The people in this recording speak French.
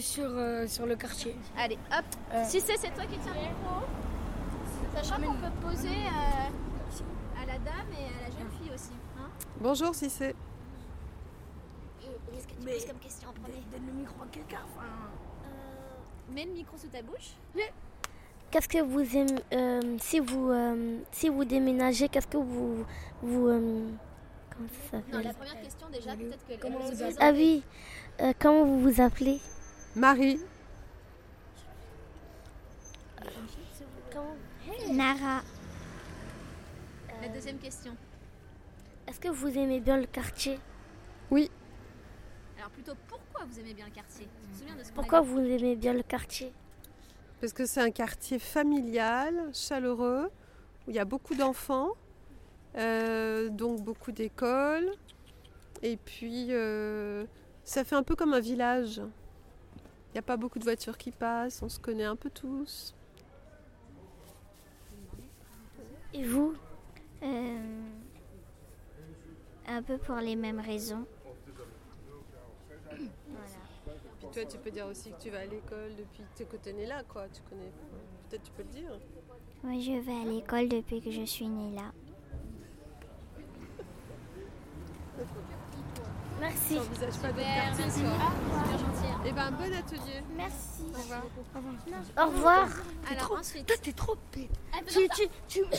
sur, euh, sur le quartier. Allez, hop. Euh. Si c'est c'est toi qui tiens le micro, sachant qu'on peut poser euh, à la dame et à la jeune fille aussi. hein. Bonjour Cissé. Qu'est-ce que tu Mais- poses comme question en premier Donne le micro à quelqu'un. Enfin, Mets le micro sous ta bouche. Qu'est-ce que vous aimez euh, si vous euh, si vous déménagez Qu'est-ce que vous vous euh, comment ça Non, s'appelle la première question déjà, peut-être que... Comment elle vous se appelez présente. Ah oui, euh, comment vous vous appelez Marie. Nara. Euh, La deuxième question. Est-ce que vous aimez bien le quartier Alors plutôt, pourquoi vous aimez bien le quartier Tu te souviens de ce qu'on a Pourquoi dit vous aimez bien le quartier Parce que c'est un quartier familial, chaleureux, où il y a beaucoup d'enfants, euh, donc beaucoup d'écoles. Et puis, euh, ça fait un peu comme un village. Il n'y a pas beaucoup de voitures qui passent, on se connaît un peu tous. Et vous Euh, un peu pour les mêmes raisons. Puis toi, tu peux dire aussi que tu vas à l'école depuis que tu es né là, quoi. Tu connais. Peut-être tu peux le dire. Moi, je vais à l'école depuis que je suis née là. Merci. n'envisages pas d'autres Super, quartiers, merci. Super gentil. hein. Et ben, bon atelier. Au revoir. Alors ensuite... t'es trop bête. Ah, Tu, tu, tu, tu